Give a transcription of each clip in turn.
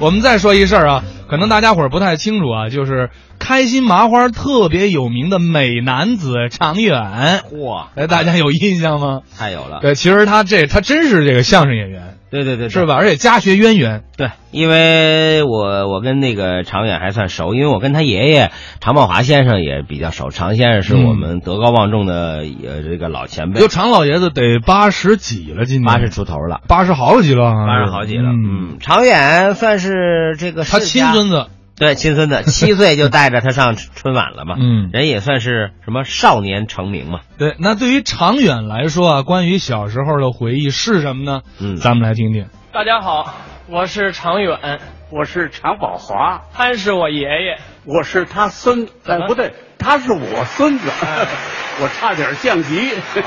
我们再说一事儿啊，可能大家伙儿不太清楚啊，就是开心麻花特别有名的美男子常远，嚯，哎，大家有印象吗？ 太有了，对，其实他这他真是这个相声演员，对对对，对是？吧？而且家学渊源，对，因为我我跟那个常远还算熟，因为我跟他爷爷常茂华先生也比较熟，常先生是我们德高望重的呃这个老前嗯辈就，常老爷子得八十几了，今年八十出头了，八十好几了，八十好几了，嗯，嗯，常远算是这个他世亲家孙子，对，亲孙子，七岁就带着他上春晚了嘛， 嗯人也算是什么少年成名嘛，对。那对于常远来说啊，关于小时候的回忆是什么呢？嗯咱们来听听。大家好，我是常远，我是常宝华，潘是我爷爷。我是他孙，哎，不对，他是我孙子， 我差点降级。，哎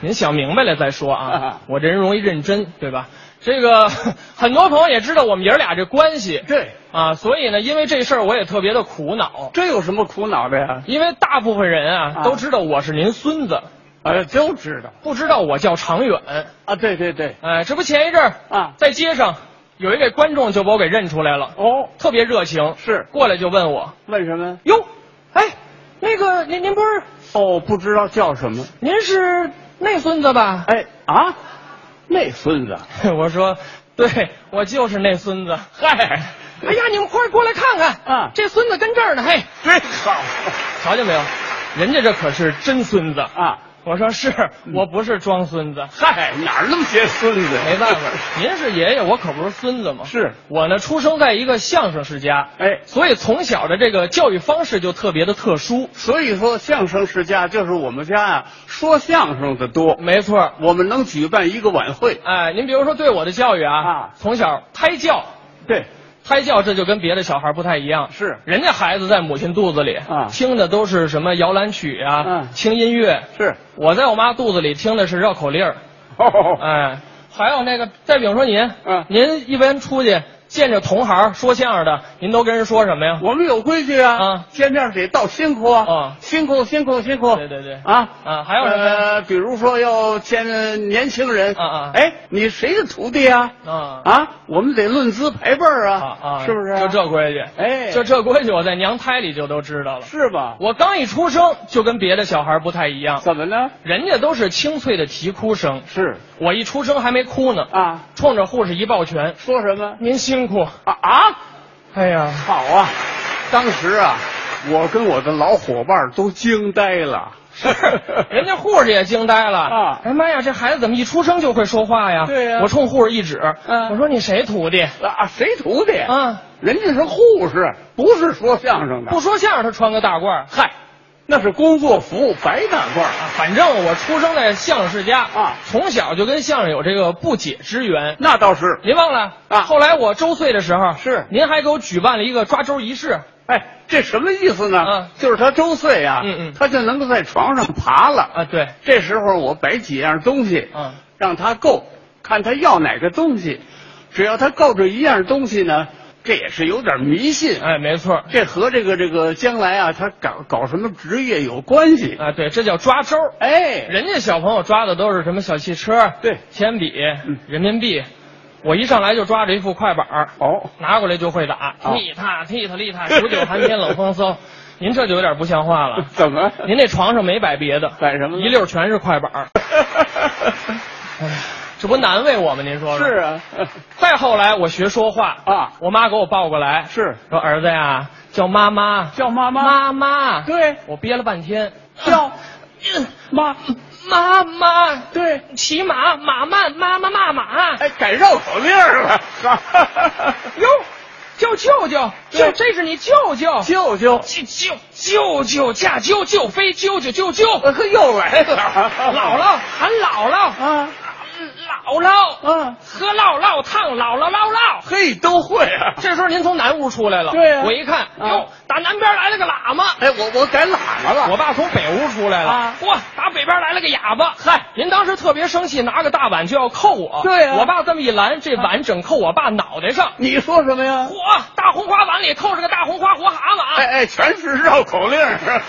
您想明白了再说啊 我这人容易认真，对吧？这个 很多朋友也知道我们爷儿俩这关系对，啊，所以呢，因为这事儿我也特别的苦恼，这有什么苦恼的呀？因为大部分人啊啊都知道我是您孙子，呃，就知道哎不知道我叫常远。啊，对对对，哎，这不前一阵儿啊在街上有一位观众就把我给认出来了，哦，特别热情，是过来就问我问什么？哟，哎，那个您您不是哦，不知道叫什么。您是那孙子吧？哎啊，那孙 子，啊我说，对我就是那孙子。嗨，哎呀，你们快过来看看啊这孙子跟这儿呢。嘿，真好瞧见没有，人家这可是真孙子。啊！我说是，我不是装孙子。嗨，哪儿那么些孙子？没办法， 您是爷爷，我可不是孙子嘛。是我呢，出生在一个相声世家，哎所以从小的这个教育方式就特别的特殊。所以说相声世家就是我们家啊，说相声的多，没错儿，我们能举办一个晚会。哎，您比如说对我的教育啊，啊从小胎教，对，胎教这就跟别的小孩不太一样，是人家孩子在母亲肚子里啊听的都是什么摇篮曲啊、嗯轻音乐，是。我在我妈肚子里听的是绕口令儿，哦，哎，还有那个，再比如说您，嗯您一般出去见着同行说相声的，您都跟人说什么呀？ 我们有规矩啊，啊见面得道辛苦啊啊，辛苦辛苦辛苦，对对对啊啊还有什么呀呃，比如说要见呃年轻人啊啊哎，你谁的徒弟啊？啊啊，我们得论资排辈儿啊，啊啊，是不是啊？就这规矩，哎就这规矩，我在娘胎里就都知道了。是吧？我刚一出生就跟别的小孩不太一样，怎么呢？人家都是清脆的啼哭声，是我一出生还没哭呢，啊，冲着护士一抱拳，说什么您辛苦。啊啊？哎呀，好啊，当时啊，我跟我的老伙伴都惊呆 了，人家护士也惊呆了啊哎妈呀，这孩子怎么一出生就会说话呀？对呀我冲护士一指，嗯我说你谁徒弟？啊，谁徒弟？啊，人家是护士，不是说相声的不。说相声他穿个大褂儿。啊嗨，那是工作服，白大褂儿。反正我出生在相声世家啊从小就跟相声有这个不解之缘。那倒是，您忘了啊后来我周岁的时候，是您还给我举办了一个抓周仪式。哎，这什么意思呢？嗯就是他周岁啊，嗯嗯他就能够在床上爬了。啊，对，这时候我摆几样东西，嗯让他够，看他要哪个东西。只要他够这一样东西呢，这也是有点迷信。哎，没错儿，这和这个这个将来啊，他搞搞什么职业有关系。啊，对，这叫抓周儿。哎，人家小朋友抓的都是什么小汽车、对铅笔、嗯人民币，我一上来就抓着一副快板儿，哦，拿过来就会打，哦踢踏踢踏踢踏， 数九寒天冷风嗖。您这就有点不像话了， 怎么？您那床上没摆别的，摆什么呢一溜全是快 板儿，这不难为我吗？您说说。是。 啊，再后来我学说话啊我妈给我抱过来，是说儿子呀，叫妈妈，叫妈妈妈妈。对我憋了半天，叫妈， 妈妈。对，骑马马慢，妈妈骂马。哎，改绕口令儿了。 哟，叫舅舅，对舅，这是你舅舅，舅舅，舅舅舅舅驾舅舅飞舅舅舅舅，我可又来 了，姥姥喊姥姥，啊，姥姥啊，喝姥姥烫，姥姥姥姥。嘿，都会啊。这时候您从南屋出来了，对呀我一看，啊哟，打南边来了个喇嘛。哎，我我改喇叭了。我爸从北屋出来了啊，嚯，打北边来了个哑巴。嗨，您当时特别生气，拿个大碗就要扣我。对啊嗯呀我爸这么一拦，这碗整扣我爸脑袋上。你说什么呀？哎嚯，大红花碗里扣着个大红花活蛤蟆。哎哎，全是绕口令儿。